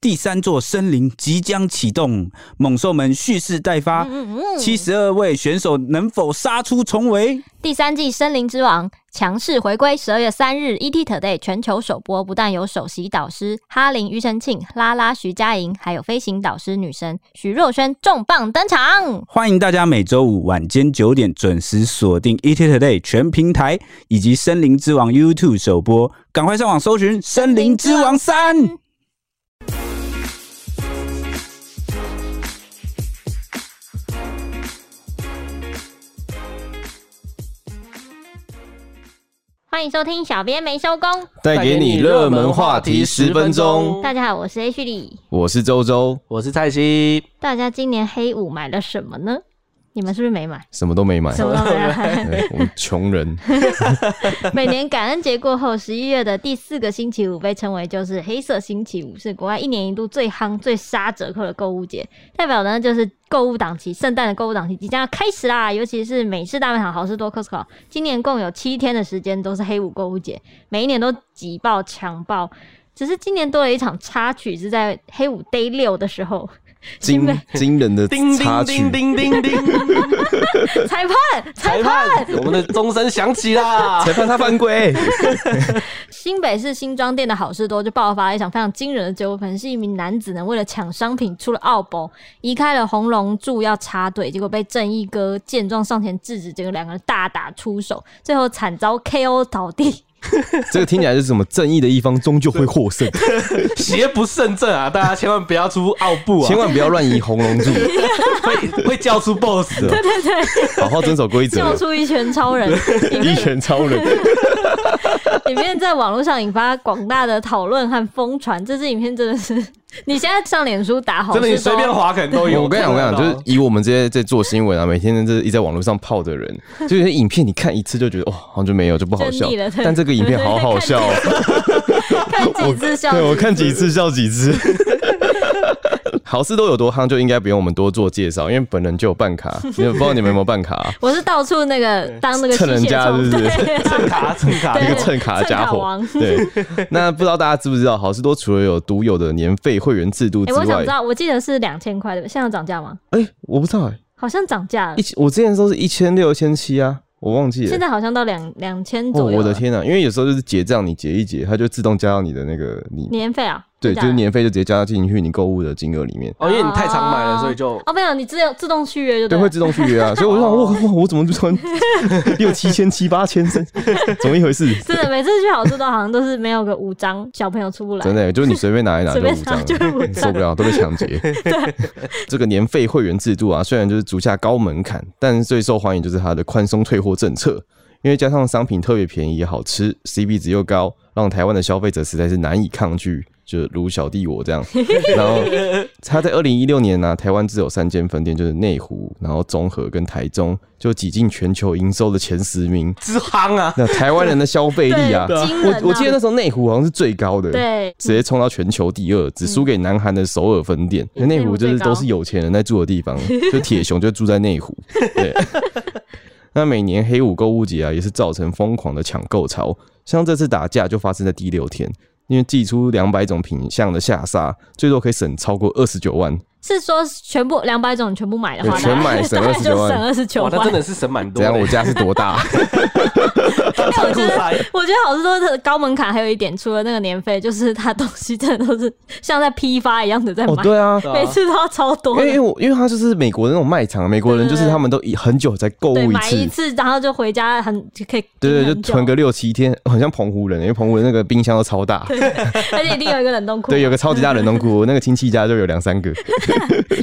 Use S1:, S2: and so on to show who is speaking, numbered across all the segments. S1: 第三座森林即将启动，猛兽们蓄势待发。
S2: 嗯嗯
S1: 七十二位选手能否杀出重围？
S2: 第三季《森林之王》强势回归，十二月三日，ET Today 全球首播，不但有首席导师哈林、庾澄庆、拉拉、徐佳莹，还有飞行导师女神徐若瑄重磅登场。
S1: 欢迎大家每周五晚间九点准时锁定 ET Today 全平台以及《森林之王》YouTube 首播，赶快上网搜寻《森林之王三》。
S2: 欢迎收听《小编没收工》，
S3: 带给你热门话题十分
S4: 嗯
S3: 钟。
S2: 大家好，我是 H 李。
S3: 我是周周，
S4: 我是蔡西，
S2: 大家今年黑五买了什么呢？你们是不是没买？
S3: 什么都没买，
S2: 什么都没买。
S3: 对我们穷人。
S2: 每年感恩节过后，十一月的第四个星期五被称为就是黑色星期五，是国外一年一度最夯、最杀折扣的购物节。代表呢就是购物档期，圣诞的购物档期即将要开始啦！尤其是美式大卖场、好事多、Costco，今年共有七天的时间都是黑五购物节，每一年都挤爆、抢爆。只是今年多了一场插曲，是在黑五 Day 六的时候，
S3: 惊
S2: 美
S3: 惊人的
S4: 叮
S3: 插
S4: 叮
S3: 曲
S4: 叮，叮叮 叮，
S2: 裁判，裁
S4: 裁
S2: 判。
S4: 判，我们的钟声响起啦！
S3: 裁判他犯规。
S2: 新北市新庄店的好事多就爆发了一场非常惊人的纠纷，是一名男子呢为了抢商品出了奥博，移开了红龙柱要插队，结果被正义哥见状上前制止，结果两个人大打出手，最后惨遭 KO 倒地。
S3: 这个听起来就是什么正义的一方终究会获胜，
S4: 邪不胜正啊，大家千万不要出奥布啊，
S3: 千万不要乱移红龙柱，
S4: 会会叫出 BOSS 的。
S2: 对对，
S3: 好好遵守规
S2: 救
S3: 则，
S2: 出一拳超 人，里
S3: 一
S2: 面
S3: 拳超人。
S2: 影片在网络上引发广大的讨论和疯传，这支影片真的是，你现在上脸书打好事
S4: 真
S2: 多，
S4: 的，你随便划可能啊都有。
S3: 我跟你讲，我跟你讲，就是以我们这些在做新闻啊，每天这一在网络上泡的人，就有些影片你看一次就觉得哦，好像就没有，就不好笑
S2: 就腻了。对
S3: 但这个影片好好笑哦，
S2: 看几次笑，
S3: 对我看几次笑几次。 好事都有多夯，就应该不用我们多做介绍，因为本人就有办 卡，你不知道你们有没有办卡啊、
S2: 我是到处那个当那个
S3: 蹭人
S2: 吸血
S3: 家
S2: 虫
S3: 是不是
S2: 对
S4: 蹭卡啊蹭卡
S3: 那
S2: 对
S3: 个蹭卡的家
S2: 蹭卡
S3: 伙
S2: 王。
S3: 对，那不知道大家知不知道，好事多除了有独有的年费会员制度
S2: 哎、
S3: 之
S2: 我想
S3: 外
S2: 知，道，我记得是两千块的，现在有涨价吗？
S3: 哎、我不知道、哎，
S2: 好像涨价了
S3: 一，千我之前都是一千六、一千七啊，我忘记了
S2: 现。在好像到两两千
S3: 哦，
S2: 左右、
S3: 我的，天啊！因为有时候就是结账，你结一结，它就自动加到你的那个你
S2: 年费啊？
S3: 对，
S2: 真
S3: 就
S2: 的
S3: 是
S2: 啊
S3: 年费就直接加到进去你购物的金额里面，
S4: 哦，因为你太常买了，所以就
S2: 哦，没有，你自动自动续约就
S3: 对，
S2: 对哦了。
S3: 会自动续约啊。所以我 就想，哇哇，我怎么就突然六七千、七八千，三怎么一回 事？
S2: 真的，每次去好事多好像都是没有个五张，小朋友出不来。
S3: 真的、就是你随便拿一拿就
S2: 随便
S3: 五
S2: 拿
S3: 张
S2: 就 五
S3: 了，
S2: 张
S3: 受 不了，都被抢劫。 这个年费会员制度啊，虽然就是足下高门槛，但最受欢迎就是它的宽松退货政策，因为加上商品特别便宜也好吃，CP 值又高，让台湾的消费者实在是难以抗拒。就如小弟 我这样，然后他在二零一六年呢、台湾只有三间分店，就是内湖，然后中和跟台中，就挤进全球营收的前十名。
S4: 之夯啊，
S3: 那台湾人的消费力啊，
S2: 对惊人啊
S3: 我我记得那时候内湖好像是最高的，
S2: 对，
S3: 直接冲到全球第二，只输给
S2: 嗯
S3: 南韩的首尔分店。那内湖就是都是有钱人在住的地方，就铁熊就住在 内湖。对，那每年黑五购物节啊，也是造成疯狂的抢购潮。像这次打架就发生在第六天，因为寄出两百种品相的下杀，最多可以省超过二十九万。
S2: 是说全部两百种全部买的话，
S3: 对全买省
S2: 大概
S3: 29
S2: 就
S3: 万
S2: 省二十九
S4: 哇，
S2: 万
S4: 他。真的是省蛮多
S3: 怎
S4: 的。
S3: 样？我家是多大？
S4: 仓库塞，
S2: 我觉得好事多的高门槛还有一点，除了那个年费，就是它东西真的都是像在批发一样的在买，
S3: 哦，对啊。
S4: 对啊
S2: 每次都要超多
S3: 因
S2: 的。
S3: 为因为我因为他就是美国的那种卖场，美国人就是他们都一很久才购物
S2: 对，
S3: 一
S2: 买一
S3: 次，
S2: 次，然后就回家很就可以冰
S3: 对对，就
S2: 很久
S3: 囤个，六七天，好像澎湖人，因为澎湖人那个冰箱都超 大，
S2: 而且一定有一个冷冻库，
S3: 对，有个超级大冷冻 库，我那个亲戚家就有两三个，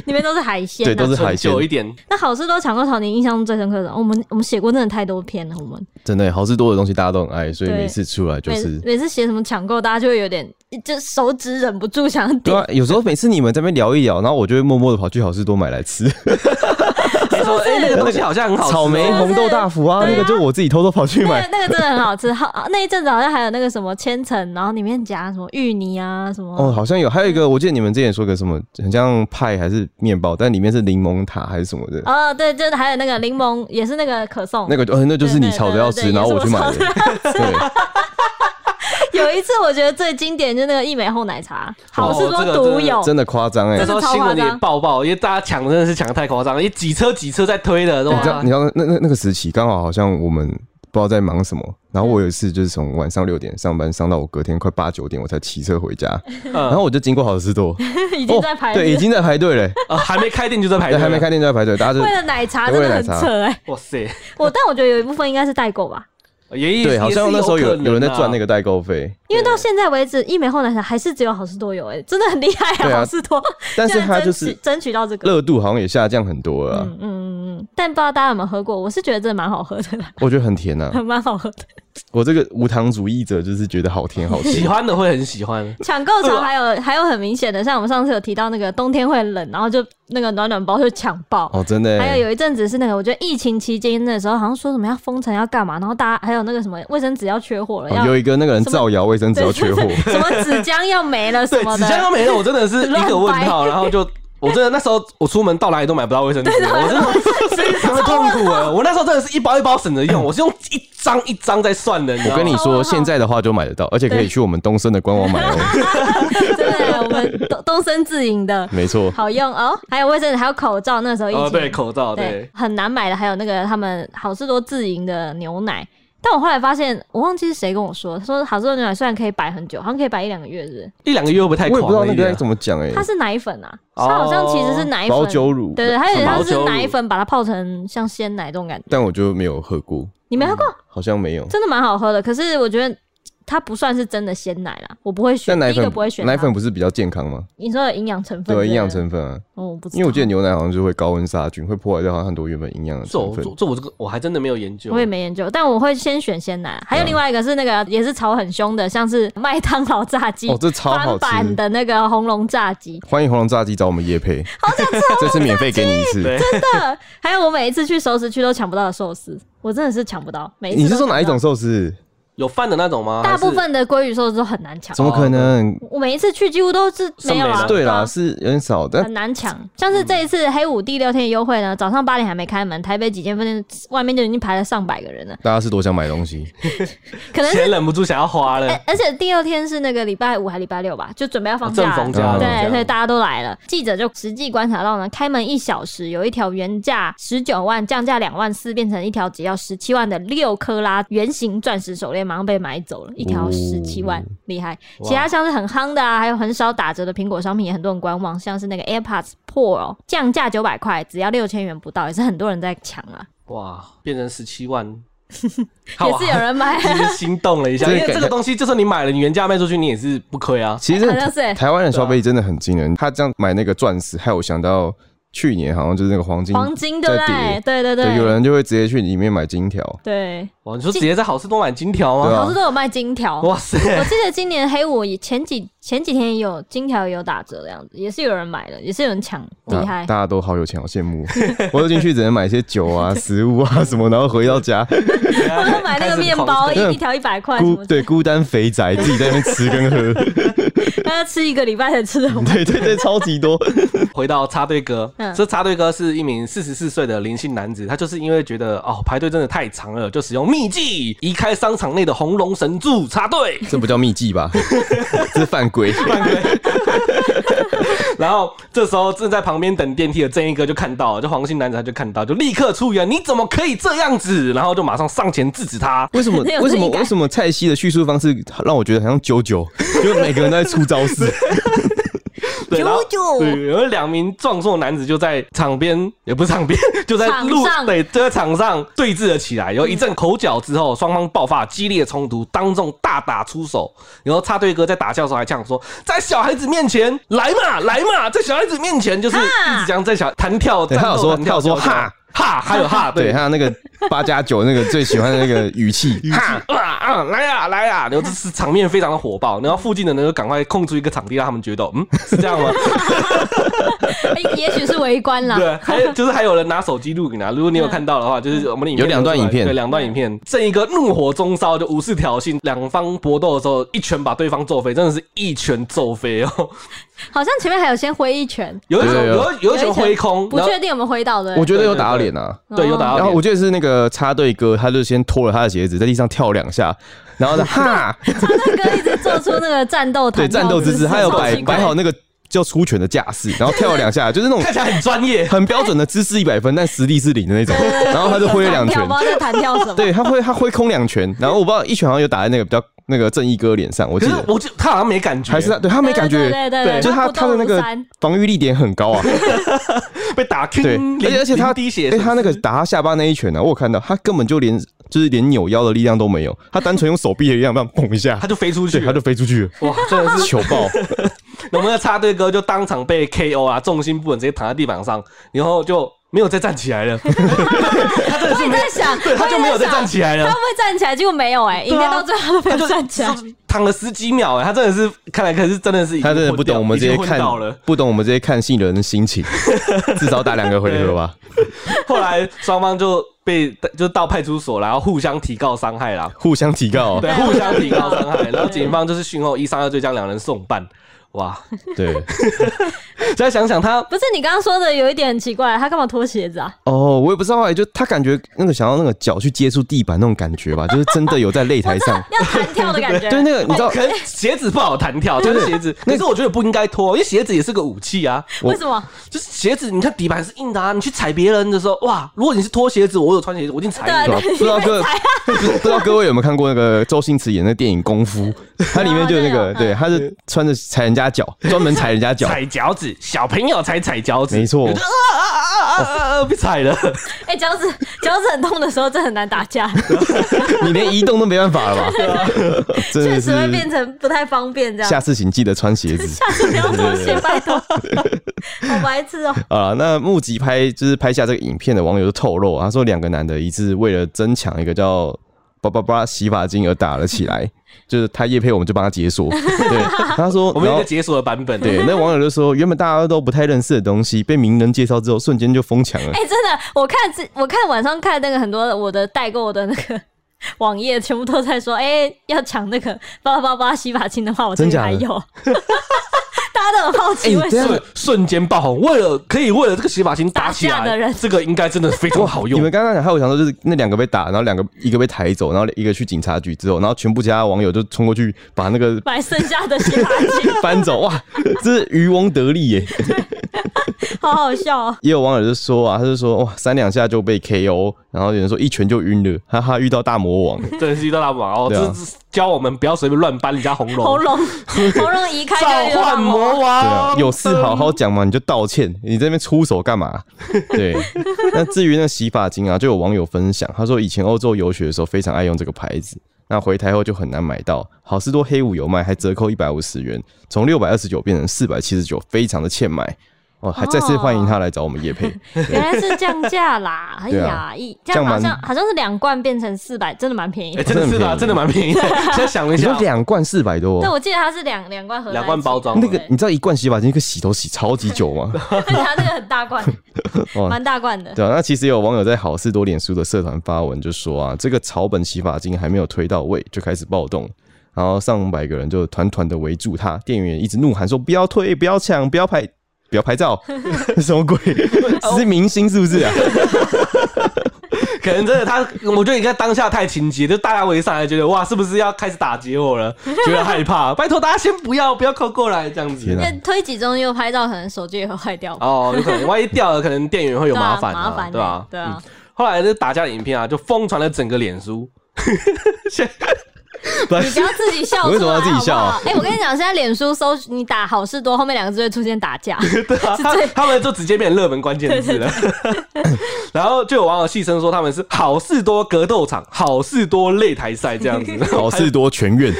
S2: 里面都是海鲜、啊，
S3: 对，都是海
S4: 存
S3: 鲜
S4: 久，一点，
S2: 那好事多抢购潮，你印象最深刻的？我们我们写过真的太多篇了，我们
S3: 真的好事多的东西大家都很爱，所以
S2: 对
S3: 每次出来就
S2: 每、
S3: 是。
S2: 每次写什么抢购，大家就会有点就手指忍不住想要
S3: 对
S2: 点。
S3: 啊，有时候每次你们在那边聊一聊，然后我就会默默的跑去好事多买来吃，
S4: 你说哎，那个东西好像很好吃 哦，
S3: 草莓红豆大福啊，
S2: 对啊
S3: 那个就我自己偷偷跑去
S2: 那个
S3: 买。
S2: 那个真的很好吃，好啊那一阵子好像还有那个什么千层，然后里面夹什么芋泥啊什么，
S3: 哦，好像有，还有一个，我记得你们之前说个什么，很像派还是面包，但里面是柠檬塔还是什么的，
S2: 哦对，就是还有那个柠檬也是那个可颂，
S3: 哦那个就，呃，那就是你吵着要
S2: 对
S3: 吃，
S2: 对对
S3: 然后我去买
S2: 也是
S3: 的。对，
S2: 有一次我觉得最经典就是那个一美厚奶茶，好事多
S4: 这个
S2: 独有，
S3: 哦真的夸张哎
S4: 那！时候新闻
S2: 这是超夸
S4: 也
S2: 张
S4: 爆爆，因为大家抢真的是抢得太夸张，了，一几车几车在推的，
S3: 你知道
S4: 哇
S2: 啊
S3: 你！知道那那那个时期刚好好像我们不知道在忙什么，然后我有一次就是从晚上六点上班上到我隔天快八九点我才骑车回家，
S4: 嗯
S3: 然后我就经过好事多，
S2: 嗯 已经在排
S3: 哦对，已
S2: 队。
S3: 经在排 队嘞，
S4: 呃还没开店就在排
S3: 对，
S4: 队，
S3: 还没。开店就在排队，大家就
S2: 为了奶茶
S3: 对
S2: 真的
S3: 为了
S2: 很
S3: 奶茶
S2: 扯哎、
S4: 哇塞，
S2: 我但我觉得有一部分应该是代购吧，
S4: 也
S3: 对，好像那时候有
S4: 啊
S3: 有人在赚那
S4: 个，
S3: 个代 购费，
S2: 因为到现在为止，一美厚奶茶还是只有好事多有哎、真的很厉害
S3: 对
S2: 啊，
S3: 啊
S2: 好事多。
S3: 但是
S2: 竟然
S3: 它
S2: 争
S3: 就
S2: 取
S3: 是
S2: 争取到这个，
S3: 热度好像也下降很多了啊、
S2: 嗯嗯嗯嗯，但不知道大家有没有喝过，我是觉得真的蛮好喝的啦，
S3: 我觉得很甜呐、
S2: 蛮好喝的。
S3: 我这个无糖主义者就是觉得好 甜好
S4: 喜
S3: 甜。
S4: 欢的会很喜欢。
S2: 抢购
S4: 对
S2: 潮
S4: 啊
S2: 还有还有很明显的，像我们上次有提到那个冬天会冷，然后就那个暖暖包就抢爆。
S3: 哦，真的
S2: 还
S3: 欸，
S2: 有有一阵子是那个，我觉得疫情期间那时候好像说什么要封城要干嘛，然后大家还有那个什么卫生纸要缺货了，
S3: 哦
S2: 要
S3: 有一个那个人造谣卫生纸要缺货，
S2: 什么 纸浆要没了什
S4: 对，
S2: 么
S4: 纸
S2: 的，
S4: 箱都没了，我真的是一
S2: 乱
S4: 个问
S2: 掰
S4: 号，然后就。我真的那时候我出门到哪里都买不到 卫生纸，我真的非常的痛苦啊！我那时候真的是一包一包省着用，我是用一张一张在算的。
S3: 我
S4: 我
S3: 跟你
S2: 好啊好
S3: 说，
S2: 啊
S3: 现在的话就买得到，而且可以
S2: 对
S3: 去我们东升的官网买 哦。
S2: 真的，我们东东升自营的
S3: 没错，
S2: 好用哦。还有卫生纸，还有口罩，那时候疫情、
S4: 哦，对，口罩，对，
S2: 很难买的，还有那个他们好事多自营的牛奶。但我后来发现，我忘记是谁跟我说，他说好事多牛奶虽然可以摆很久，好像可以摆一两个月，是不是？
S4: 一两个月会不会
S3: 我
S4: 太
S3: 也不
S4: 狂
S3: 知道
S4: 了
S3: 那
S4: 一
S3: 个该
S4: 点？啊
S3: 怎么讲哎，
S2: 它是奶粉啊，
S4: 哦
S2: 它好像其实是奶粉，
S3: 保酒乳，
S2: 对对，它有点像
S4: 保
S2: 是
S4: 酒乳
S2: 奶粉，把它泡成像鲜奶这种感觉。
S3: 但我就没有喝过，
S2: 你没喝过，
S3: 好像没有。
S2: 真的蛮好喝的。可是我觉得它不算是真的鲜奶啦，我不会选
S3: 但，奶
S2: 第一个
S3: 粉
S2: 不会选它
S3: 奶粉，不是比较健康吗？
S2: 你说有营养成分，
S3: 对，营养，成分啊，
S2: 哦，我不知道，
S3: 因为我记得牛奶好像就会高温杀菌，会破坏掉好像很多原本营养的
S4: 这
S3: 成
S4: 我
S3: 分
S4: 这。这我这个我还真的没有研究
S2: 我。也没研究，但我会先选鲜奶。还有
S3: 嗯
S2: 另外一个是那个也是炒很凶的，像是麦当劳炸鸡，
S3: 哦，这超
S2: 翻
S3: 好
S2: 版
S3: 吃！
S2: 的那个红龙炸鸡，
S3: 欢迎红龙炸鸡找我们叶配，好想吃，
S2: 啊
S3: 这次免费给你一次。
S4: 对
S2: 还有我每一次去熟食区都抢不到的寿司，我真的是抢不到。每一次
S3: 你是
S2: 都
S3: 说
S2: 抢不
S3: 哪一
S2: 到
S3: 种？寿司？
S4: 有饭的那种吗？
S2: 大
S4: 还是
S2: 部分的鲑鱼寿司都很难抢
S3: 怎，么可能？
S2: 我每一次去几乎都是没有
S4: 剩没
S2: 啊
S4: 了。
S3: 哦对
S2: 啊
S3: 啦，是呃有点少，但
S2: 很难抢，像是这一次黑五第六天的优惠呢，早上八点还没开门，台北几间分店外面就已经排了上百个人了，
S3: 大家是多想买东西，
S2: 可 能是，
S4: 钱忍不住想要花了
S2: 而。哎而且第二天是那个礼拜五还礼拜六吧，就准备要放
S4: 哦
S2: 假
S4: 正
S2: 了，
S4: 逢假
S3: 嗯
S4: 日这
S2: 对，
S4: 样，
S2: 所以大家都来了。记者就实际观察到呢，开门一小时，有一条原价十九万降价两万四，变成一条只要十七万的六克拉圆形钻石手链，马上被买走了，一条十七万，厉害。
S4: 哦哇
S2: 其他像是很夯的啊，还有很少打折的苹果商品，也很多人观望，像是那个 AirPods Pro 哦降价九百块，只要六千元不到，也是很多人在抢啊，
S4: 哇，变成十七万， 啊
S2: 也是有人 买。
S4: 其实心动了一下，
S3: 这
S4: 因
S3: 个
S4: 为这
S3: 感
S4: 个
S3: 觉
S4: 东西，就算你买了，你原价卖出去，你也是不亏啊。
S3: 其实
S2: 好像是欸
S3: 台湾人消费真的很惊人。他这样买那个钻石，害我想到去年好像就是那个黄金，
S2: 黄金对不对
S3: 在？
S2: 对对
S3: 对，有
S2: 对，
S3: 人就会直接去里面买金条。
S2: 对，
S4: 哇，你说直接在好事多买金条
S3: 对
S4: 吗？
S3: 啊
S2: 好市都有卖金条，
S4: 哇塞，
S2: 我记得今年黑五也前几前几天也有金条也有打折的样子，也是有人买的，也是有人抢，厉
S3: 啊
S2: 害。
S3: 大家都好有钱，好羡慕。我走进去只能买一些酒 啊、食物啊什么，然后回到家
S2: 我有买那个面包，哎
S4: 开始狂
S2: 一一条一百块什
S3: 孤
S2: 么的，
S3: 对孤单 肥宅自己在那边吃跟喝，
S2: 大家吃一个礼拜才吃得完。
S3: 对对对，超级多。。
S4: 回到插队哥
S2: 嗯，
S4: 这插队哥是一名四十四岁的林姓男子，他就是因为觉得哦排队真的太长了，就使用秘技移开商场内的红龙神柱插队
S3: 这不叫秘技 吧？这是犯规。
S4: 然后这时候正在旁边等电梯的正义哥就看到了，就黄姓男子他就看到，就立刻出言：“你怎么可以这样子？”然后就马上上前制止他。
S3: 为什么
S2: 很有
S3: 为什么
S2: 罪感
S3: 为什么蔡西的叙述方式让我觉得好像九 九，就每个人都在出招式，
S4: 对，然后
S2: 九九
S4: 对，然后两名壮硕男子就在场边，也不是场边， 就在路
S2: 场上
S4: 对，就在场上对峙了起来。有一阵口角之后，双方爆发激烈冲突，当众大打出手。然后插队哥在打架的时候还呛说：“在小孩子面前来嘛，来嘛，在小孩子面前就是
S2: 哈
S4: 一直讲在小弹跳，
S3: 对他有
S4: 战斗
S3: 说
S4: 弹跳
S3: 他有说
S4: 跳跳
S3: 哈
S4: 哈，还有哈，
S3: 对，
S4: 对。”
S3: 还有那个八加九那个最喜欢的那个语 气，
S4: 哈啊啊！来呀、来呀、然后这是场面非常的火爆，然后附近的人就赶快空出一个场地让他们决斗。嗯，是这样吗？
S2: 哎也许是围观啦，
S3: 啊
S4: 对，还 有就是还有人拿手机录影啊，如果你有看到的话，就是我们的影片
S3: 有两段影片
S4: 对，两段影片，正一个怒火中烧，就无视挑衅，两方搏斗的时候，一拳把对方揍飞，真的是一拳揍飞哦，
S2: 好像前面还有先挥一拳，
S4: 有一种
S3: 有有
S4: 有一有一拳挥空，
S2: 不
S4: 然后
S2: 确定有没有挥到的
S3: 我。觉得有打到脸啊。
S4: 对，有打
S3: 然后
S4: 到脸
S3: 我。记得是那个插队哥，他就先脱了他的鞋子，在地上跳两下，然 后呢，哈，
S2: 那哥一直做出那个战斗
S3: 对，战斗
S2: 之
S3: 姿势，他有摆摆好
S2: 那
S3: 那个叫出拳的架势，然后跳了两下，就是那种
S4: 看 起来很专业，
S3: 很标准的姿势一百分，但实力是零的那种。然后他就挥了两 拳
S2: 跳，不知道在弹跳什么。
S3: 对他挥他挥空两拳，然后我不知道一拳好像有打在那个比较那个正义哥脸上，我
S4: 可
S3: 记
S4: 是
S3: 得
S4: 我就他好像没感觉，
S3: 还是他对他没感觉，
S2: 对对对对
S3: 就是他
S2: 不
S3: 他
S2: 动
S3: 的那
S2: 如
S3: 个
S2: 山
S3: 防御力点很高 啊，
S4: 被打 Q，
S3: 对，而且而且他
S4: 滴血
S3: 哎
S4: 损失，
S3: 他那个打他下巴那一拳啊呢，我有看到他根本就连就是连扭腰的力量都没有，他单纯用手臂的力量让砰一下
S4: 他，就飞出去
S3: 对，
S4: 了，
S3: 他就飞出去了，
S4: 哇，真 的是
S3: 糗爆，
S4: 那我们的插队哥就当场被 KO 啊，重心不稳，直接躺在地板上，然后就没有再站起来 了。
S2: 我也在想，
S4: 对，他就没有再
S2: 在
S4: 站起来
S2: 他会
S4: 了
S2: 不。会站起来？结果没有
S3: 啊
S2: 哎，应该到最后都没
S4: 他
S2: 有
S4: 就
S2: 站起来。
S4: 躺了十几秒、哎，他真的是看来可是真的是已经
S3: 他真的不
S4: 昏掉
S3: 懂我们这
S4: 已
S3: 些
S4: 经昏
S3: 看
S4: 倒了。
S3: 不懂我们这些看戏的人的心情，至少打两个回合吧，
S4: 后来双方就被就到派出所啦，然后互相提告伤害 啦，
S3: 互相提告
S4: 对，
S3: 哦，
S4: 互相提告伤害。
S2: 对
S4: 然后警方就是讯后一伤二罪将两人送办。哇！
S3: 对。
S4: 现在想想他
S2: 不是你刚刚说的有一点很奇怪，他干嘛脱鞋子啊？，
S3: 哦，我也不知道哎、就他感觉那个想要那个脚去接触地板那种感觉吧，就是真的有在擂台上
S2: 要弹跳的感觉。
S3: 对那个你知道
S4: 哦，可能鞋子不好弹跳，就是鞋子。可是我觉得不应该脱，因为鞋子也是个武器啊。
S3: 我
S2: 为什么？
S4: 就是鞋子，你看底板是硬的啊，你去踩别人的时候，哇，如果你是脱鞋子，我有穿鞋子，我一定踩
S2: 对对
S3: 对吧
S4: 你。
S3: 不知道各不知不知道 各位有没有看过那个周星驰演的电影《功夫》，它里面就有那个
S2: 啊对
S3: 对，他是穿着踩人家脚，专门踩人家脚。
S4: 踩脚趾，小朋友才踩脚趾，
S3: 没错
S4: 你就啊啊啊啊啊啊！被踩了，
S2: 哎，脚趾脚趾很痛的时候，真的很难打 架，
S3: 你连移动都没办法了吧？ 真
S2: 确
S3: 的
S2: 实会变
S3: 是，
S2: 成不太方便这样。
S3: 下次请记得穿鞋子。
S2: 下次不要脱鞋， 拜托。 好白痴哦！
S3: 啊，那募集拍就是拍下这个影片的网友就透露，他说两个男的一致为了争抢一个叫“叭叭叭”洗发精而打了起来，就是他叶配我们就帮他解锁。 对，他说，
S4: 我们
S3: 然
S4: 有一
S3: 后
S4: 个解锁的版本。
S3: 对，那网友就说，原本大家都不太认识的东西，被名人介绍之后，瞬间就疯抢了。
S2: 哎，真的，我看这，我看晚上看那个很多我的代购的那个网页，全部都在说，哎、要抢那个八八八洗发精的话，我这
S3: 真
S2: 里
S3: 假的
S2: 还有。 大家都很好奇
S3: 哎
S2: 为什
S3: 等
S2: 么
S3: 一
S4: 瞬瞬间爆红，为了可以为了这个洗发精打起
S2: 打架的人
S4: 来，这个应该真的非常好
S3: 你
S4: 用
S3: 们。刚刚讲，还有想说就是那两个被打，然后两个一个被抬走，然后一个去警察局之后，然后全部其他网友就冲过去把那个
S2: 买剩下的洗发精，
S3: 搬走，哇，这是渔翁得利耶！
S2: 好好笑哦。
S3: 也有网友就说啊，他就说哇，三两下就被 KO，然后有人说一拳就晕了，哈哈，遇到大魔王，
S4: 真是遇到大魔王哦，
S3: 对啊
S4: 这是教我们不要随便乱搬人家红
S2: 喉
S4: 龙。
S2: 咙，喉咙移开就
S4: 召
S2: 有
S4: 唤魔
S3: 对啊
S4: 王，，
S3: 有事好好讲嘛，你就道歉，你这边出手干嘛？对，那至于那洗发精啊，就有网友分享，他说以前欧洲游学的时候非常爱用这个牌子，那回台后就很难买到，好事多黑五有卖，还折扣一百五十元，从六百二十九变成四百七十九，非常的欠买。哦，还再次欢迎他来找我们叶配，
S2: 原来是降价啦！哎
S3: 对
S2: 呀
S3: 啊，
S2: 一这样
S3: 这样
S2: 好
S3: 蛮
S2: 像好像是两罐变成四百，真的蛮便宜
S4: 哎，。真的是的，真的蛮便宜的。现在想了一
S3: 你说
S4: 下，
S3: 两罐四百多
S2: 对，
S3: 哦，
S2: 我记得它是两两罐合在一起
S4: 两罐包装
S3: 那个
S2: 对
S3: 你知道一罐洗发精可以洗头洗超级久吗？
S2: 而且它这个很大罐，
S3: 哦
S2: 蛮大罐的。
S3: 对啊，那其实有网友在好事多脸书的社团发文，就说啊，这个草本洗发精还没有推到位，就开始暴动，然后上百个人就团团的围住他，店员也一直怒喊说不要推，不要抢，不要拍，不要拍照， 什么鬼？只是明星是不是啊？
S4: 可能真的他，我觉得应该当下太情急，就大家围上来，觉得哇，是不是要开始打劫我了？觉得害怕，拜托大家先不要，不要靠过来这样
S3: 天
S4: 子。
S3: 哪、
S2: 那推几中又拍照，可能手机也会坏掉吧。
S4: 哦，有可能，万一掉了，可能店员会有麻烦、
S2: 对啊麻烦欸
S4: 对吧？
S2: 对啊
S4: 嗯后来这打架的影片啊，就疯传了整个脸书。
S2: 你不要自己笑出来，
S3: 为什么要自己笑啊
S2: 好不好哎，我跟你讲，现在脸书搜你打好事多，后面两个字会出现打架。
S4: 对啊，他他们就直接变成热门关键字了。 然后就有网友戏称说他们是好事多格斗场、好事多擂台赛这 样子。
S3: 好事多全院，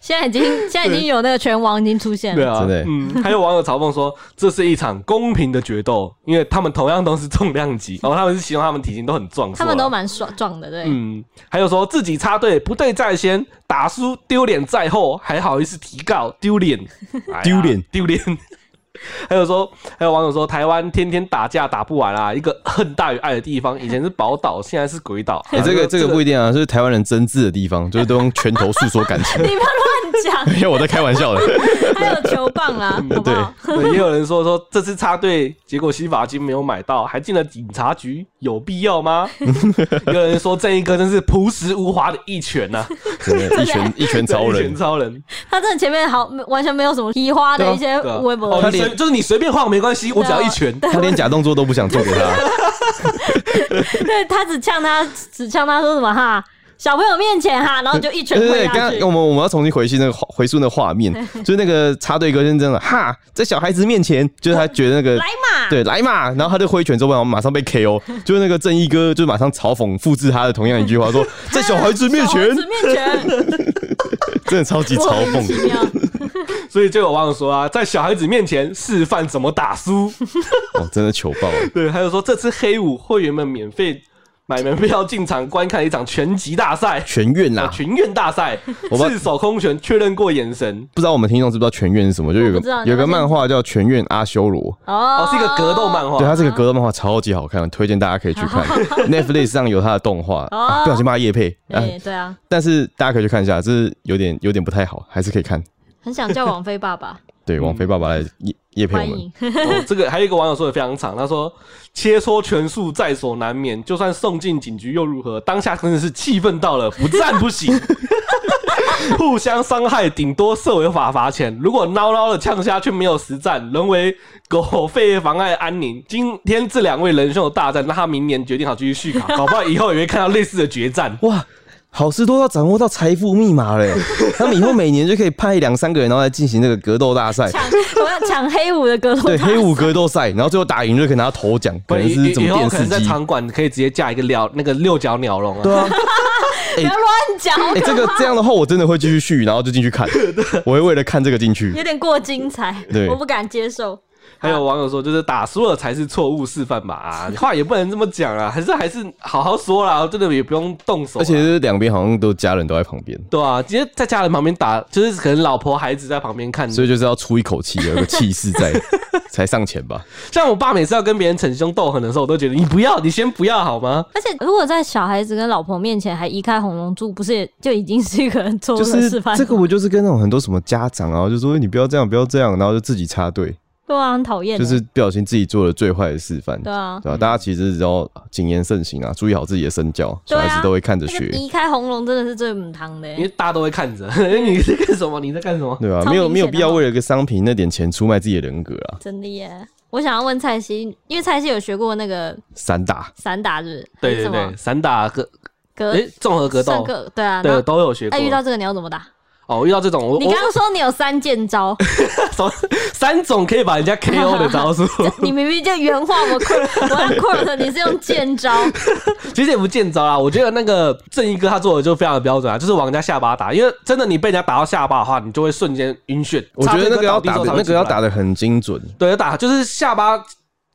S2: 现在已经现在已经有那个拳王已经出现
S4: 对
S2: 了，
S4: 啊
S3: 真的欸，
S4: 嗯，还有网友嘲讽说，这是一场公平的决斗，因为他们同样都是重量级，然后他们是形容他们体型都很壮硕啊，
S2: 他们都蛮爽壮的，对。
S4: 嗯，还有说自己插队不对在先，打输丢脸在后，还好意思提告丢脸，哎呀
S3: 丢脸
S4: 丢脸。还有说，还有网友说，台湾天天打架打不完啊，一个恨大于爱的地方，以前是宝岛，现在是鬼岛。
S3: 哎、这个这个不一定啊，就是台湾人真挚的地方，就是都用拳头诉说感情。
S2: 你不要乱
S3: 没有，我在开玩笑的。
S2: 讲，还有球棒 啦，
S3: 嗯
S2: 好不好？
S4: 对，也有人说说这次插队，结果洗发精没有买到，还进了警察局，有必要 吗？有人说正一哥真是朴实无华的一拳呐、
S3: 真的，一拳一拳 超
S4: 一
S3: 人
S4: 拳，超人，
S2: 他真的前面好完全没有什么提花的一些
S4: 对啊
S2: 微博
S4: 哦，
S3: 他
S4: 你随
S3: 连
S4: 就是你随便晃没关系，我只要一拳。
S3: 他连假动作都不想做给他。
S2: 对他只呛他，只呛他说什么哈，小朋友面前哈，然后就一拳
S3: 对对
S2: 挥
S3: 对，
S2: 下
S3: 哎刚
S2: 去
S3: 刚。我哦们我们要重新回去那个画回溯那个 画面，就是那个插队哥先真的哈，在小孩子面前，就是他觉得那 个
S2: 来。嘛，
S3: 对，来嘛！然后他就挥拳之后，然后马上被 KO，就是那个正义哥，就马上嘲讽复制他的同样一句 话，说在小孩子面前，
S2: 小孩子面 前，
S3: 真的超级
S2: 莫
S3: 嘲
S2: 名其
S3: 讽。
S2: 妙，
S4: 所以就有网友说啊，在小孩子面前示范怎么打输。
S3: 哦，真的糗爆了！
S4: 对，还有说这次黑五会员们免费买门票进场观看一场拳击大赛。
S3: 全院啊啦，
S4: 群院大赛，
S3: 我把
S4: 赤手空拳确认过眼神，
S3: 不知道我们听众知不知道全院是什么？就有
S2: 我不知道
S3: 个有个漫画叫《全院阿修罗》，
S2: 哦
S4: 哦，是一个格斗漫画
S3: 对，。它这个格斗漫画超级好看，推荐大家可以去 看。Netflix 上有它的动画，
S2: 哦
S3: 啊不小心骂叶配啊，
S2: 哎，对啊，
S3: 但是大家可以去看一下，这是有点有点不太好，还是可以看。
S2: 很想叫王菲爸 爸，
S3: 对，王菲爸爸来叶叶配我
S2: 嗯欢
S3: 们，
S2: 迎。
S4: 哦这个还有一个网友说的非常长，他说切磋拳术在所难免，就算送进警局又如何？当下真的是气愤到了，不战不行， 互相伤害，顶多设违法罚钱。如果孬孬的呛下却没有实战，沦为狗吠妨碍安宁。今天这两位仁兄的大战，让他明年决定好继续续考，搞不好以后也会看到类似的决战。
S3: 哇！好事多要掌握到财富密码 了耶，他们以后每年就可以派两三个人，然后来进行那个格斗大赛，
S2: 抢，我要 抢黑五的格斗大
S3: 对
S2: 赛，
S3: 黑五格斗赛，然后最后打赢就可以拿到头奖，可能是
S4: 以
S3: 怎
S4: 以
S3: 么
S4: 后
S3: 电
S4: 可能
S3: 视
S4: 在
S3: 机，
S4: 场馆可以直接架一个鸟，那个六角鸟笼啊。
S3: 对啊，
S2: 不要乱讲，
S3: 哎、这个这样的话，我真的会继续续，然后就进去看， 我会为了看这个进去
S2: 有。点过精彩
S3: 对，
S2: 我不敢接受。
S4: 还有网友说，就是打输了才是错误示范吧、啊，话也不能这么讲啊，还是还是好好说啦，真的也不用动手啊、
S3: 而且这两边好像都家人都在旁边，
S4: 对啊，直接在家人旁边打，就是可能老婆孩子在旁边看。
S3: 所以就是要出一口气，有一个气势在， 才上前吧。
S4: 像我爸每次要跟别人逞凶斗狠的时候，我都觉得你不要，你先不要好吗？
S2: 而且，如果在小孩子跟老婆面前还移开红龙柱，不是也就已经是一个很错误
S3: 就
S2: 的
S3: 是
S2: 示范？
S3: 这个，我就是跟那种很多什么家长啊，就说你不要这样，不要这样，然后就自己插队，
S2: 对啊，很讨厌欸。
S3: 就是不小心自己做了最坏的示范，
S2: 对啊，
S3: 对吧？大家其实只要谨言慎行啊，注意好自己的身教，
S2: 对
S3: 小
S2: 啊
S3: 孩子都会看着
S2: 那个
S3: 学，
S2: 移开红龙真的是最母汤的欸
S4: 因。为大家都会看着， 你在干什么？你在干什么？
S3: 对吧、啊
S2: 超
S3: 没有
S2: 明
S3: 没有
S2: 显
S3: 必
S2: 的
S3: 要
S2: 嘛
S3: 为了一个商品那点钱出卖自己的人格啊，
S2: 真的耶！我想要问蔡西，因为蔡西有学过那个
S3: 散打。
S2: 散打，是不是？
S4: 对对
S2: 什么
S4: 对，散打格，
S2: 格
S4: 哎，综合格
S2: 算
S4: 斗，
S2: 格对啊。
S4: 对
S2: 那
S4: 都有学过
S2: 那。遇到这个你要怎么打？
S4: 哦，遇到这种，我
S2: 你
S4: 我
S2: 刚刚说你有三件 招，
S4: 我三种可以把人家 KO 的 招数，
S2: 你明明就原话我 quote 我要 quote 你是用剑招，
S4: 其实也不见招啦，我觉得那个正义哥他做的就非常的标准啊，就是往人家下巴打，因为真的你被人家打到下巴的话，你就会瞬间晕眩。
S3: 我觉得那个要打的
S4: 插队哥倒地之后才会
S3: 那个要
S4: 起来
S3: 打，的很精准，啊
S4: 对，要打就是下巴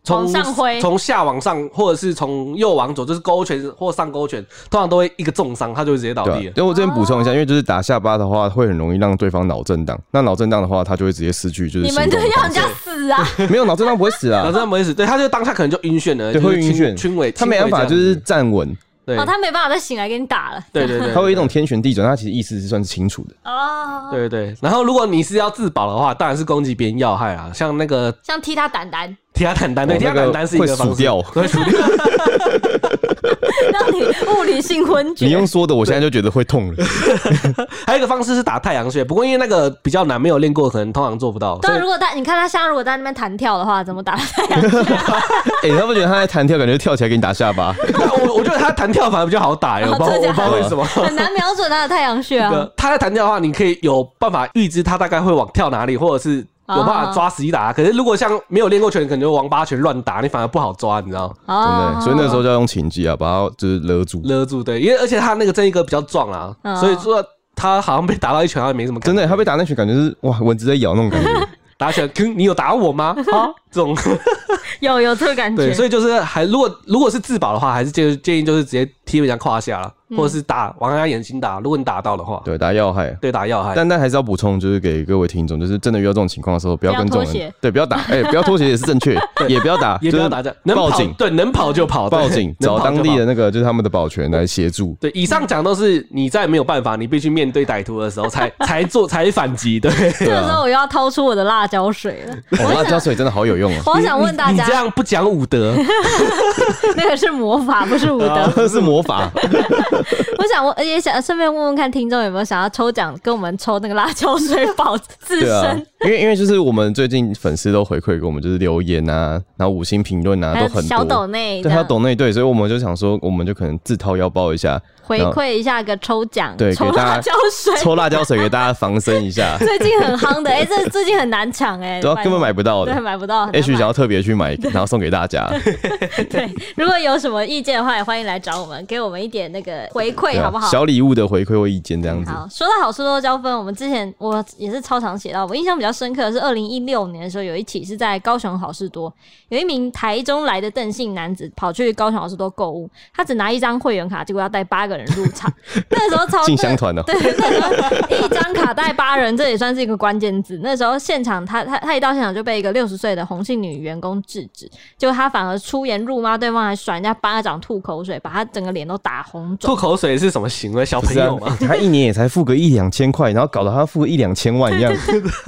S4: 从
S2: 往上挥
S4: 从下往上，或者是从右往左，就是勾拳或上勾拳，通常都会一个重伤，他就会直接倒
S3: 对、啊
S4: 地了，。
S3: 因为我这边补充一下，因为就是打下巴的话，会很容易让对方脑震荡。那脑震荡的话，他就会直接失去就是
S2: 你
S3: 行动
S2: 们就
S3: 的
S2: 要
S3: 方
S2: 人家死啊！
S3: 式没有脑震荡不会死
S4: 然后
S3: 啊，
S4: 这样没意思，对， 他就当下可能就晕眩
S3: 对，
S4: 了，就是
S3: 会晕
S4: 轻
S3: 眩，
S4: 轻微，
S3: 他没办法
S4: 轻
S3: 就
S4: 微这
S3: 是
S4: 样子
S3: 站稳，
S4: 对
S2: 哦，他没办法再醒来给你打了。
S4: 对 对对，
S3: 他会有一
S4: 对
S3: 种天旋地转，他其实意识是算是清楚的。
S2: 哦，
S4: 对对，对然后如果你是要自保的话，当然是攻击别人要害啊，像那个
S2: 像踢他胆胆，
S4: 提亚坦丹，对，
S3: 哦
S4: 提亚
S3: 那个
S4: 坦丹是一个
S3: 会
S4: 方式
S3: 数掉
S4: 会数掉，
S2: 让你物理性昏
S3: 你
S2: 厥
S3: 用。说的，我现在就觉得会痛 了。
S4: 还有一个方式是打太阳穴，不过因为那个比较难，没有练过，可能通常做不到。
S2: 对
S4: 所
S2: 啊，
S4: 以
S2: 如果他你看他现在如果在那边弹跳的话，怎么 打？
S3: 哎，他不觉得他在弹跳，感觉跳起来给你打下巴？
S4: 我我觉得他弹跳反而比较好打耶，我不知道
S2: 哦真的
S4: 我不知道
S2: 假的啊
S4: 为什么。
S2: 很难瞄准他的太阳穴啊！
S4: 对他在弹跳的话，你可以有办法预知他大概会往跳哪里，或者是有办法抓实际打。可是如果像没有练过拳，可能就王八拳乱打，你反而不好抓，你知道？
S3: 真
S2: 哦
S3: 的，，所以那时候就要用擒技啊，把他就是勒住。
S4: 勒住对，因为而且他那个正义哥比较壮啊，
S2: 嗯
S4: 所以说他好像被打到一拳，他也没什么感
S3: 真
S4: 觉。
S3: 的，他 被打那拳，感觉是哇，蚊子在咬那种感觉。
S4: 打起来，吭你有打我吗？啊，这种
S2: 有有这个感觉
S4: 对，，所以就是还如果如果是自保的话，还是建建议就是直接踢人家胯下了，或者是打往人家眼睛打，如果你打到的话，
S3: 嗯对，打要害。
S4: 对打要害。
S3: 但但还是要补充，就是给各位听众，就是真的遇到这种情况的时候，不
S2: 不要
S3: 跟这
S2: 脱
S3: 种人
S2: 鞋
S3: 对，不要 打，哎、不要脱鞋也是正确，也不要打，
S4: 也不要打
S3: 就
S4: 架
S3: 是，
S4: 能
S3: 报
S4: 跑
S3: 警，
S4: 对，能跑就跑，对
S3: 报警，
S4: 能
S3: 找
S4: 跑就
S3: 当地
S4: 跑
S3: 的那个就是他们的保全来协助。
S4: 对，以上讲都是你在没有办法，你必须面对歹徒的时候 才才做才反击。对，
S2: 这个时候我又要掏出我的辣椒水了。，
S3: 哦，辣椒水真的好有用哦
S2: 我想问大
S4: 你
S2: 家
S4: 这，样不讲武 德，
S2: 那个是魔法，不是武德。
S3: 是魔法，
S2: 我想问，也想顺便问问看听众有没有想要抽奖，跟我们抽那个辣椒水保自
S3: 对啊
S2: 身，，
S3: 因为因为就是我们最近粉丝都回馈给我们，就是留言啊，然后五星评论啊
S2: 还
S3: 都
S2: 有
S3: 很
S2: 小斗
S3: 多，
S2: 内这
S3: 对，还有
S2: 样
S3: 懂内对，所以我们就想说，我们就可能自掏腰包 一下，
S2: 回
S3: 然后
S2: 馈一下个抽奖，
S3: 啊对
S2: 抽
S3: 给大家
S2: 辣椒水。，
S3: 抽辣椒水给大家防身一下
S2: 最近很夯的，哎，这最近很难抢哎，
S3: 对啊，根本买不到
S2: 对
S3: 的。
S2: 买不到。很难
S3: H
S2: 买
S3: 想要特别去买，然后送给大家，
S2: 对，如果有什么意见的话，也欢迎来找我们，给我们一点那个回
S3: 对
S2: 馈，
S3: 啊
S2: 好不好？
S3: 小礼物的回馈或意见这样子，
S2: 好，说到好处多交分，我们之前我也是超常写到，我印象比较深刻的是二零一六年的时候，有一起是在高雄好事多，有一名台中来的邓姓男子跑去高雄好事多购物，他只拿一张会员卡，结果要带八个人入 场，那时候超
S3: 进香团哦，
S2: 对，那时候一张卡带八人，这也算是一个关键字。那时候现场他他他一到现场就被一个六十岁的红姓女员工制止，结果他反而出言辱骂对方，还甩人家巴掌、吐口水，把他整个脸都打红肿
S4: 吐。口水是什么行为？小
S3: 不
S4: 朋
S3: 是啊
S4: 友吗？，
S3: 他一年也才付个一两千块，然后搞得他付一两千万 一样，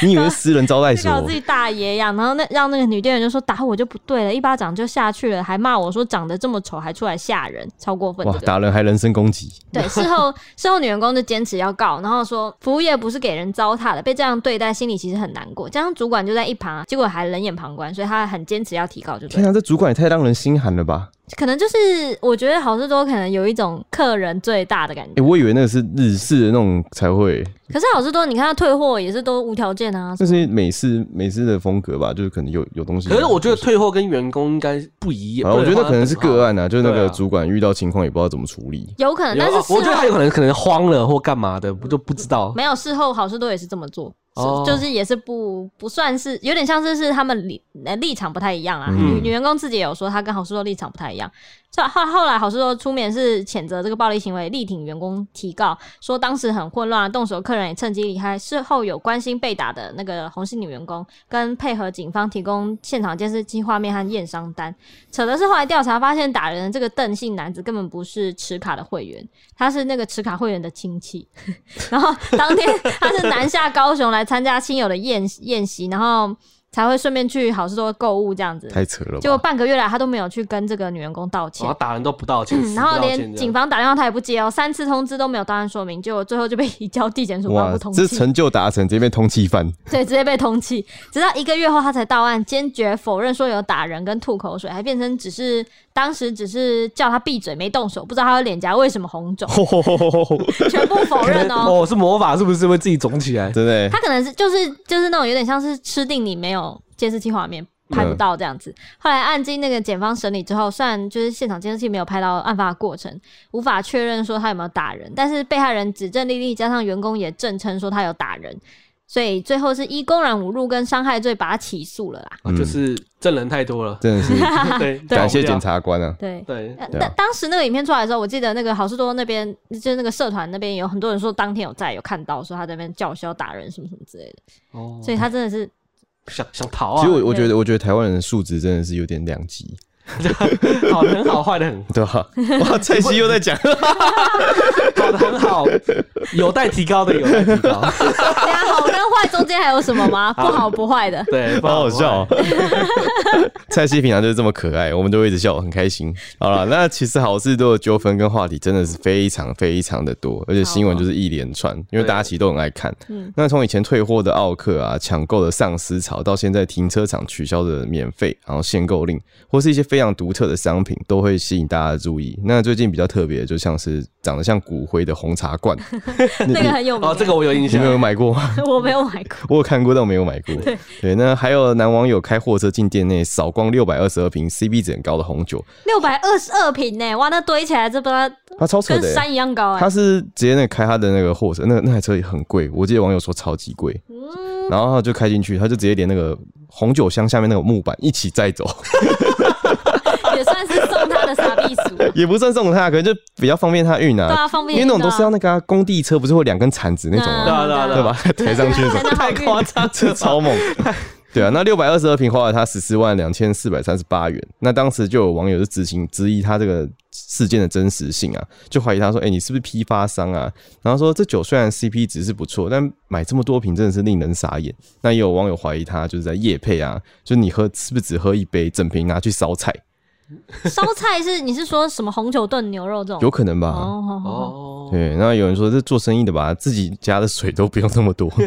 S3: 你以为是私人招待
S2: 就搞
S3: 所
S2: 自？己大爷一样，然后那让那个女店员就说打我就不对了，一巴掌就下去了，还骂我说长得这么丑还出来吓人，超过分
S3: 哇
S2: 这，个。
S3: 打人还人身攻击，
S2: 对，事后事后女员工就坚持要告，然后说服务业不是给人糟蹋的，被这样对待心里其实很难过。加上主管就在一旁、啊，结果还冷眼旁观，所以他很坚持要提告，就对
S3: 天
S2: 了。
S3: 啊，这主管也太让人心寒了吧！
S2: 可能就是我觉得好事多可能有一种客人最大的感
S3: 哎、
S2: 觉，
S3: 我以为那个是日式的那种才会，
S2: 可是好事多你看他退货也是都无条件啊，
S3: 这是美式美式的风格吧，就是可能有有东西。
S4: 可是我觉得退货跟员工应该不一样。
S3: 好了，我觉得可能是个
S4: 案。
S3: 案啊，就是那
S4: 对
S3: 个
S4: 啊
S3: 主管遇到情况也不知道怎么处理。
S2: 有可能，
S4: 有
S2: 但是
S4: 啊
S2: 事后
S4: 我觉得他有可能可能慌了或干嘛的，不就不知道。
S2: 没有事后好事多也是这么做。是
S4: 哦，
S2: 就是也是不不算是有点像是是他们立呃立场不太一样啊。
S3: 嗯
S2: 女女员工自己也有说，她跟好事多立场不太一样。这后后来好事多出面是谴责这个暴力行为，力挺员工提告，说当时很混乱，啊动手客人也趁机离开。事后有关心被打的那个红姓女员工，跟配合警方提供现场监视器画面和验伤单。扯的是后来调查发现，打人的这个邓姓男子根本不是持卡的会员，他是那个持卡会员的亲戚。 然后当天他是南下高雄来参加亲友的宴宴席，然后才会顺便去好事多购物这样子。
S3: 太扯了
S2: 结果
S3: 吧！
S2: 半个月来他都没有去跟这个女员工道歉
S4: 然后，打人都不道歉，
S2: 嗯然后
S4: 死不道歉
S2: 连
S4: 这样
S2: 警方打电话他也不接哦，三次通知都没有到案说明，结果最后就被移交地检署发
S3: 哇
S2: 布通，
S3: 这
S2: 缉。
S3: 成就达成，直接变通缉 犯。
S2: 对，直接被通缉，直到一个月后他才到案，坚决否认说有打人跟吐口水，还变成只是当时只是叫他闭嘴没动手，不知道他的脸颊为什么红 肿，全部否认哦。
S4: 哦，是魔法是不是会自己肿起来？
S3: 真的欸。
S2: 他可能是就是就是那种有点像是吃定你没有监视器画面。拍不到这样子，后来案经那个检方审理之后，虽然就是现场监视器没有拍到案发的过程，无法确认说他有没有打人，但是被害人指证丽丽加上员工也证称说他有打人，所以最后是依公然侮辱跟伤害罪把他起诉了啦。
S4: 啊就是证人太多了
S3: 真的是
S4: 对，
S3: 嗯感谢
S4: 检
S3: 检
S4: 查。
S3: 察官啊！
S2: 对，
S4: 对，
S2: 呃
S3: 对啊
S2: 当、当时那个影片出来的时候，我记得那个好事多那边就是那个社团那边有很多人说当天有在有看到说他在那边叫嚣打人什么什么之类的，
S4: 哦，
S2: 所以他真的是
S4: 想想逃
S3: 其
S4: 啊
S3: 实，我我
S2: 对
S3: 觉得，我觉得台湾人的素质真的是有点两极，
S4: 好的很好，坏的很
S3: 对吧？哇，蔡西又在讲，
S4: 好的 很好，有待提高的有待提高。
S2: 对啊，好跟坏中间还有什么 吗？不好不坏的。
S4: 对，不
S3: 好好
S4: 不
S3: 笑哦。 蔡西平常就是这么可爱，我们都会一直笑，很开心。好了，那其实好事多的纠纷跟话题真的是非常非常的多，而且新闻就是一连串，因为大家其实都很爱看。那从以前退货的奥克啊，抢购的丧尸潮，到现在停车场取消的免费，然后限购令，或是一些非常独特的商品，都会吸引大家的注意。那最近比较特别，的，就像是长得像骨灰的红茶罐，
S2: 那个很有名、
S4: 哦，这个我有印
S3: 你
S4: 象
S3: 们。有买过吗？
S2: 我没有有买过。
S3: 我有看过，但我没有买过。对那还有男网友开货车进店内扫光六百二十二瓶 CP 值很高的红酒，
S2: 六百二十二瓶呢，哇，那堆起来这不知道
S3: 他超扯
S2: 跟
S3: 的、欸。
S2: 山一样高哎、
S3: 他是直接那个开他的那个货车，那那台车也很贵，我记得网友说超级贵。
S2: 嗯
S3: 然后他就开进去，他就直接连那个红酒箱下面那个木板一起载走，
S2: 也算是送他的傻避暑。
S3: 也不算送他，可能就比较方便他运
S2: 对
S3: 啊。
S2: 啊，方
S3: 因
S2: 便
S3: 为
S2: 运
S3: 那
S2: 动
S3: 种都是要那个啊、工地车，不是会有两根铲 子那种
S2: 嗯
S3: 吗？
S4: 啊对啊对啊
S3: 对吧？ 抬上去的时候
S2: 真的好
S4: 太
S2: 运
S4: 夸张了，
S3: 这 超猛。对啊，那六百二十二平花了他十四万两千四百三十八元。那当时就有网友就执行质疑他这个事件的真实性啊，就怀疑他说：“哎、你是不是批发商啊？”然后说这酒虽然 CP 值是不错，但买这么多瓶真的是令人傻眼。那也有网友怀疑他就是在夜配啊，就是你喝是不是只喝一杯，整瓶拿啊去烧菜，
S2: 烧菜是你是说什么红酒炖牛肉这种？
S3: 有可能吧？
S2: 哦好好好
S4: 哦，
S3: 对，那有人说这做生意的吧，自己家的水都不用那么多。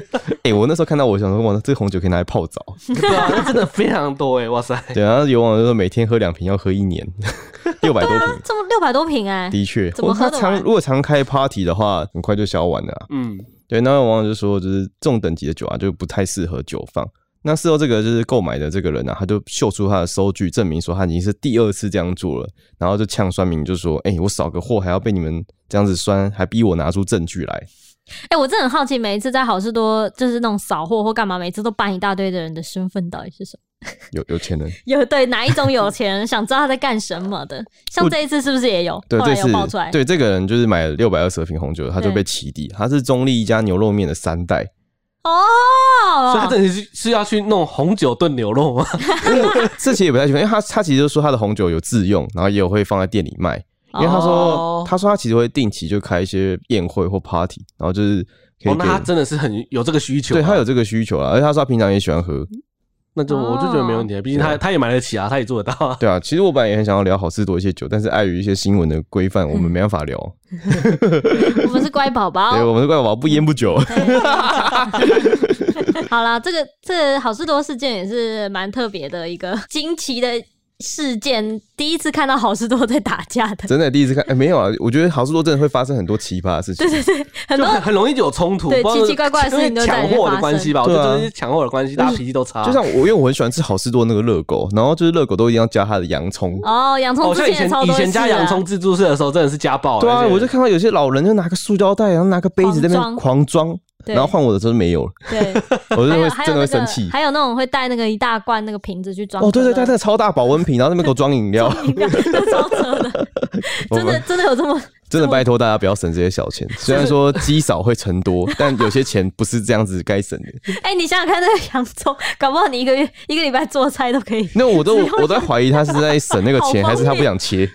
S3: 哎、我那时候看到我想说，哇，这红酒可以拿来泡澡。
S4: 对啊，那真的非常多哎，哇塞，
S3: 对，然后有网友说每天喝两瓶要喝一年， 六百多 瓶，
S2: 这么六百多瓶哎、
S3: 的确，
S2: 怎么
S3: 我
S2: 喝
S3: 他
S2: 得
S3: 常
S2: 完
S3: 如果常开 party 的话，很快就消完了啊、
S4: 嗯，
S3: 对，那有网友就说，就是这种等级的酒啊，就不太适合久放。那事后这个就是购买的这个人啊，他就秀出他的收据，证明说他已经是第二次这样做了，然后就呛酸民就说：“哎、我扫个货还要被你们这样子酸，还逼我拿出证据来。
S2: 哎、我真的很好奇，每一次在好事多就是那种扫货或干嘛，每次都搬一大堆的人的身份到底是什么？
S3: 有”有钱人，
S2: 有对哪一种有钱人 想知道他在干什么的？像
S3: 我
S2: 这一次是不是也有？
S3: 对，
S2: 后
S3: 这
S2: 来有
S3: 次
S2: 爆出来。
S3: 对这个人就是买了六百二十瓶红酒，他就
S2: 对
S3: 被起底，他是中立一家牛肉面的三代。
S4: 所以他
S2: 哦，
S4: 真的是是要去弄红酒炖牛肉吗？
S3: 这其实也不太喜欢，因为他他其实就说他的红酒有自用，然后也有会放在店里卖。因为他说、
S4: 哦
S3: 他说他其实会定期就开一些宴会或 party，然后就是可以给、
S4: 哦，那他真的是很有这个需求啊，
S3: 对他有这个需求啊，嗯而且他说他平常也喜欢喝。
S4: 那就我就觉得没
S2: 哦
S4: 问题，毕竟他他也买得起啊，他也做得到啊。
S3: 对啊，其实我本来也很想要聊好事多一些酒，但是碍于一些新闻的规范，我们没办法聊。
S2: 我们是乖宝
S3: 对，
S2: 宝。
S3: 我们是怪宝不烟不酒。
S2: 好啦，这个这个好事多事件也是蛮特别的一个惊奇的事件，第一次看到好事多在打架的，
S3: 真的第一次看，哎、没有啊，我觉得好事多真的会发生很多奇葩的事情。对对对，
S2: 很
S4: 就
S2: 多
S4: 很很容易就有冲突，
S2: 对
S4: 不知道
S2: 奇奇怪怪的事情
S4: 因为
S2: 都在嗯
S4: 抢
S2: 里面
S4: 货
S2: 发
S4: 的
S2: 生
S4: 关系吧，我觉
S3: 对啊
S4: 得真的是抢货的关系，大家脾气都差。
S3: 就像我，因为我很喜欢吃好事多那个热狗，然后就是热狗都一定要加它的洋葱。
S2: 哦，洋葱
S4: 哦，
S2: 之
S4: 像以
S2: 前也
S4: 前
S2: 超
S4: 以
S2: 多
S4: 前加
S2: 次啊
S4: 洋葱自助式的时候，真的是家暴。欸
S3: 对啊，
S4: 而且
S3: 我就看到有些老人就拿个塑胶袋，然后拿个杯子在那边狂装，
S2: 对
S3: 然后换我的时候就 没有了，
S2: 对，
S3: 我就
S2: 还
S3: 会
S2: 有还有那
S3: 真的会
S2: 个
S3: 生气。
S2: 还有那种会带那个一大罐那个瓶子去装可乐。
S3: 哦，对对，带那个超大保温瓶，然后那边给我装 饮料，
S2: 这超扯的，
S3: 我
S2: 真的
S3: 们
S2: 真的有这么
S3: 真的拜托大家不要省这些小 钱。虽然说积少会成多，但有些钱不是这样子该省的。。
S2: 哎、你想想看，那个洋葱，搞不好你一个月一个礼拜做菜都可以
S3: 那 我都我在怀疑他是在省那个钱，
S2: 好方便
S3: 还是他不想 切？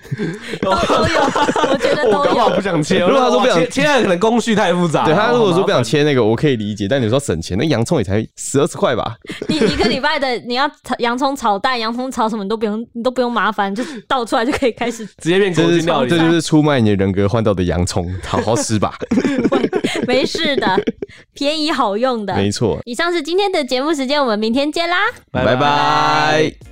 S2: 都都有，我觉得
S4: 我
S2: 都
S4: 搞不好
S2: 有。
S4: 不想 切，
S3: 如果他说
S4: 哇
S3: 不想
S4: 切，切了可能工序太复杂。
S3: 对他如果说
S4: 好麻烦
S3: 不想，切那个，我可以理解。但你说省钱，那洋葱也才十二十块 吧？
S2: 你一个礼拜的你要炒洋葱炒蛋、洋葱炒什么，你都不用，你都不用麻烦，就倒出来就可以开始
S4: 直接变
S3: 这
S4: 国
S3: 是
S4: 军料理啊
S3: 这。就是出卖你的人格换到的洋葱，好好吃 吧？
S2: 喂，没事的，便宜好用的。
S3: 没错，
S2: 以上是今天的节目时间，我们明天见啦。
S3: 拜拜。